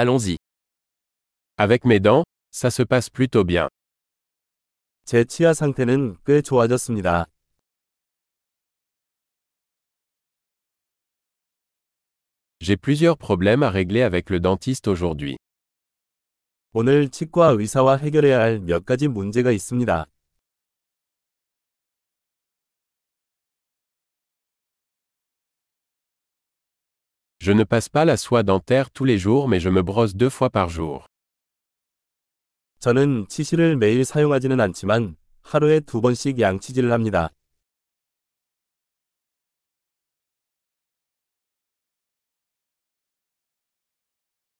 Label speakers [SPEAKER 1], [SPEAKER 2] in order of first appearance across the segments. [SPEAKER 1] Allons-y. Avec mes dents, ça se passe plutôt bien.
[SPEAKER 2] 제 치아 상태는 꽤 좋아졌습니다.
[SPEAKER 1] J'ai plusieurs problèmes à régler avec le dentiste aujourd'hui.
[SPEAKER 2] 오늘 치과 의사와 해결해야 할 몇 가지 문제가 있습니다.
[SPEAKER 1] Je ne passe pas la soie dentaire tous les jours mais je me brosse deux fois par jour.
[SPEAKER 2] 저는 치실을 매일 사용하지는 않지만 하루에 두 번씩 양치질을 합니다.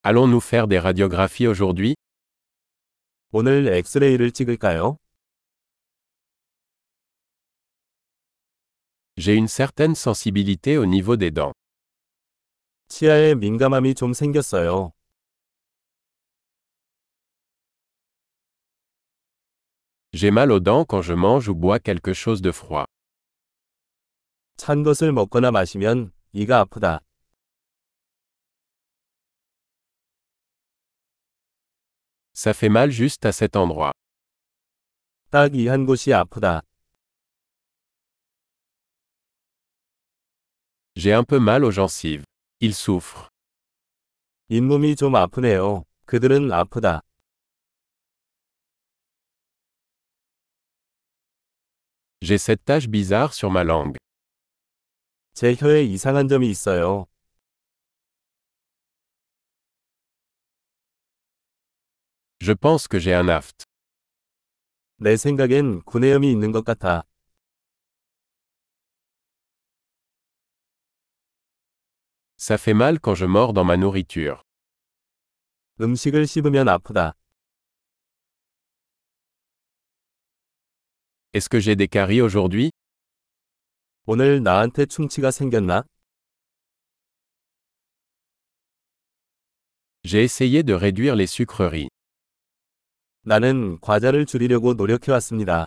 [SPEAKER 1] Allons-nous faire des radiographies aujourd'hui
[SPEAKER 2] 오늘 엑스레이를 찍을까요?
[SPEAKER 1] J'ai une certaine sensibilité au niveau des dents.
[SPEAKER 2] 치아에 민감함이 좀 생겼어요.
[SPEAKER 1] J'ai mal aux dents quand je mange ou bois quelque chose de froid.
[SPEAKER 2] 찬 것을 먹거나 마시면 이가 아프다.
[SPEAKER 1] Ça fait mal juste à cet endroit.
[SPEAKER 2] 딱 이 한 곳이 아프다.
[SPEAKER 1] J'ai un peu mal aux gencives. Ils souffrent.
[SPEAKER 2] 잇몸이 좀 아프네요. 그들은 아프다.
[SPEAKER 1] J'ai cette tache bizarre sur ma langue.
[SPEAKER 2] 제 혀에 이상한 점이 있어요.
[SPEAKER 1] Je pense que j'ai un aft.
[SPEAKER 2] 내 생각엔 구내염이 있는 것 같아.
[SPEAKER 1] Ça fait mal quand je mords dans ma nourriture.
[SPEAKER 2] 음식을 씹으면 아프다.
[SPEAKER 1] Est-ce que j'ai des caries aujourd'hui
[SPEAKER 2] 오늘 나한테 충치가 생겼나?
[SPEAKER 1] J'ai essayé de réduire les sucreries.
[SPEAKER 2] 나는 과자를 줄이려고 노력해왔습니다.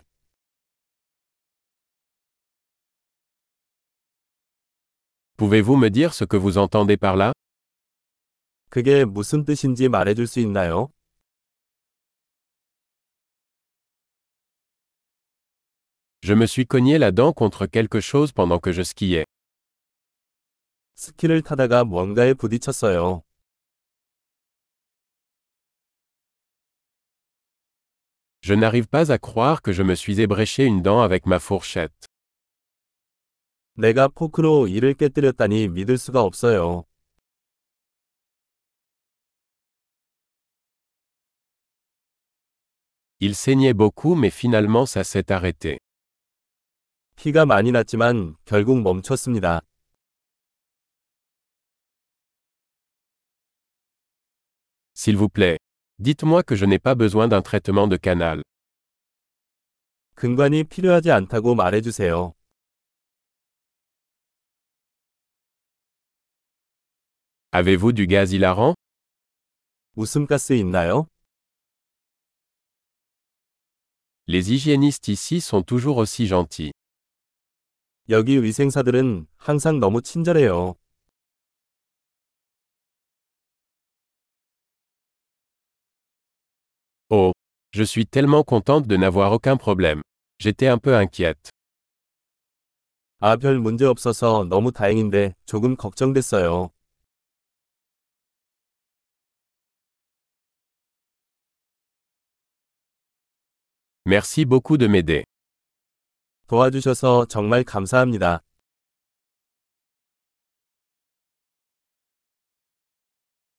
[SPEAKER 1] Pouvez-vous me dire ce que vous entendez par là
[SPEAKER 2] 그게 무슨 뜻인지 말해줄 수 있나요?
[SPEAKER 1] Je me suis cogné la dent contre quelque chose pendant que je skiais.
[SPEAKER 2] 스키를 타다가 뭔가에 부딪혔어요.
[SPEAKER 1] Je n'arrive pas à croire que je me suis ébréché une dent avec ma fourchette.
[SPEAKER 2] 내가 포크로 이를 깨뜨렸다니 믿을 수가 없어요.
[SPEAKER 1] Il saignait beaucoup mais finalement ça s'est arrêté.
[SPEAKER 2] 피가 많이 났지만 결국 멈췄습니다.
[SPEAKER 1] S'il vous plaît. Dites-moi que je n'ai pas besoin d'un traitement de canal.
[SPEAKER 2] 근관이 필요하지 않다고 말해주세요.
[SPEAKER 1] Avez-vous du gaz hilarant
[SPEAKER 2] 웃음가스 있나요?
[SPEAKER 1] Les hygiénistes ici sont toujours aussi gentils.
[SPEAKER 2] 여기 위생사들은 항상 너무 친절해요.
[SPEAKER 1] Oh, je suis tellement contente de n'avoir aucun problème. J'étais un peu inquiète.
[SPEAKER 2] 아, 별 문제 없어서 너무 다행인데 조금 걱정됐어요.
[SPEAKER 1] Merci beaucoup de m'aider.
[SPEAKER 2] 도와주셔서 정말 감사합니다.